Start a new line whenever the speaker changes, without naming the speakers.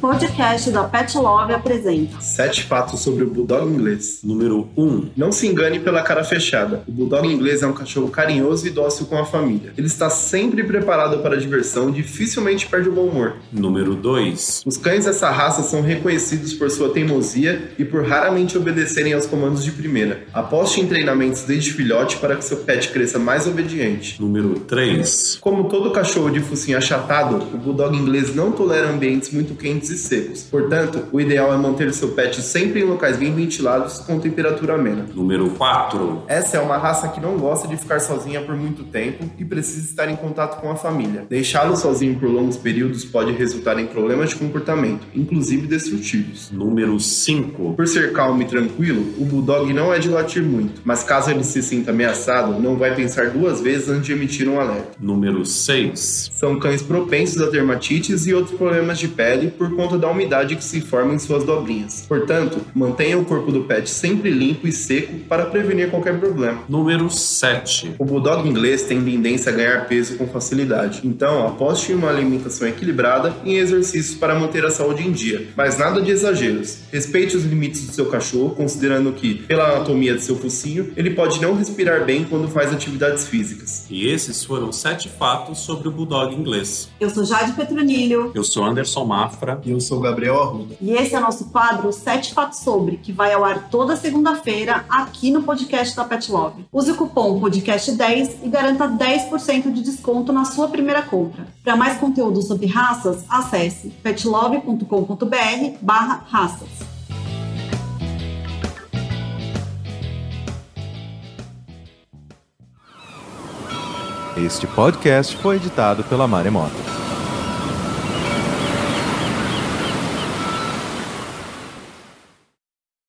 podcast da Pet Love apresenta
Sete fatos sobre o Bulldog inglês. Número 1. Um, não se engane pela cara fechada. O Bulldog inglês é um cachorro carinhoso e dócil com a família. Ele está sempre preparado para a diversão, dificilmente perde o bom humor.
Número 2.
Os cães dessa raça são reconhecidos por sua teimosia e por raramente obedecerem aos comandos de primeira. Aposte em treinamentos desde filhote para que seu pet cresça mais obediente.
Número 3.
Como todo cachorro de focinho achatado, o bulldog inglês não tolera ambientes muito quentes e secos. Portanto, o ideal é manter seu pet sempre em locais bem ventilados com temperatura amena.
Número 4.
Essa é uma raça que não gosta de ficar sozinha por muito tempo e precisa estar em contato com a família. Deixá-lo sozinho por longos períodos pode resultar em problemas de comportamento, inclusive destrutivos.
Número 5.
Por ser calmo e tranquilo, o bulldog não é de latir muito, mas caso ele se sinta ameaçado, não vai pensar duas vezes antes de emitir um alerta.
Número 6.
São cães propensos a dermatites e outros problemas de pele por conta da umidade que se forma em suas dobrinhas. Portanto, mantenha o corpo do pet sempre limpo e seco para prevenir qualquer problema.
Número 7.
O bulldog inglês tem tendência a ganhar peso com facilidade, então aposte em uma alimentação equilibrada e em exercícios para manter a saúde em dia, mas nada de exageros. Respeite os limites do seu cachorro, considerando que, pela anatomia do seu focinho, ele pode não respirar bem quando faz atividades físicas.
E esses foram sete fatos sobre o bulldog inglês.
Eu sou Jade Petronilho.
Eu sou Anderson Mafra.
E eu sou Gabriel Arruda.
E esse é nosso quadro Sete Fatos Sobre, que vai ao ar toda segunda-feira aqui no podcast da Pet Love. Use o cupom PODCAST10 e garanta 10% de desconto na sua primeira compra. Para mais conteúdo sobre raças, acesse petlove.com.br barra raças.
Este podcast foi editado pela Maremoto.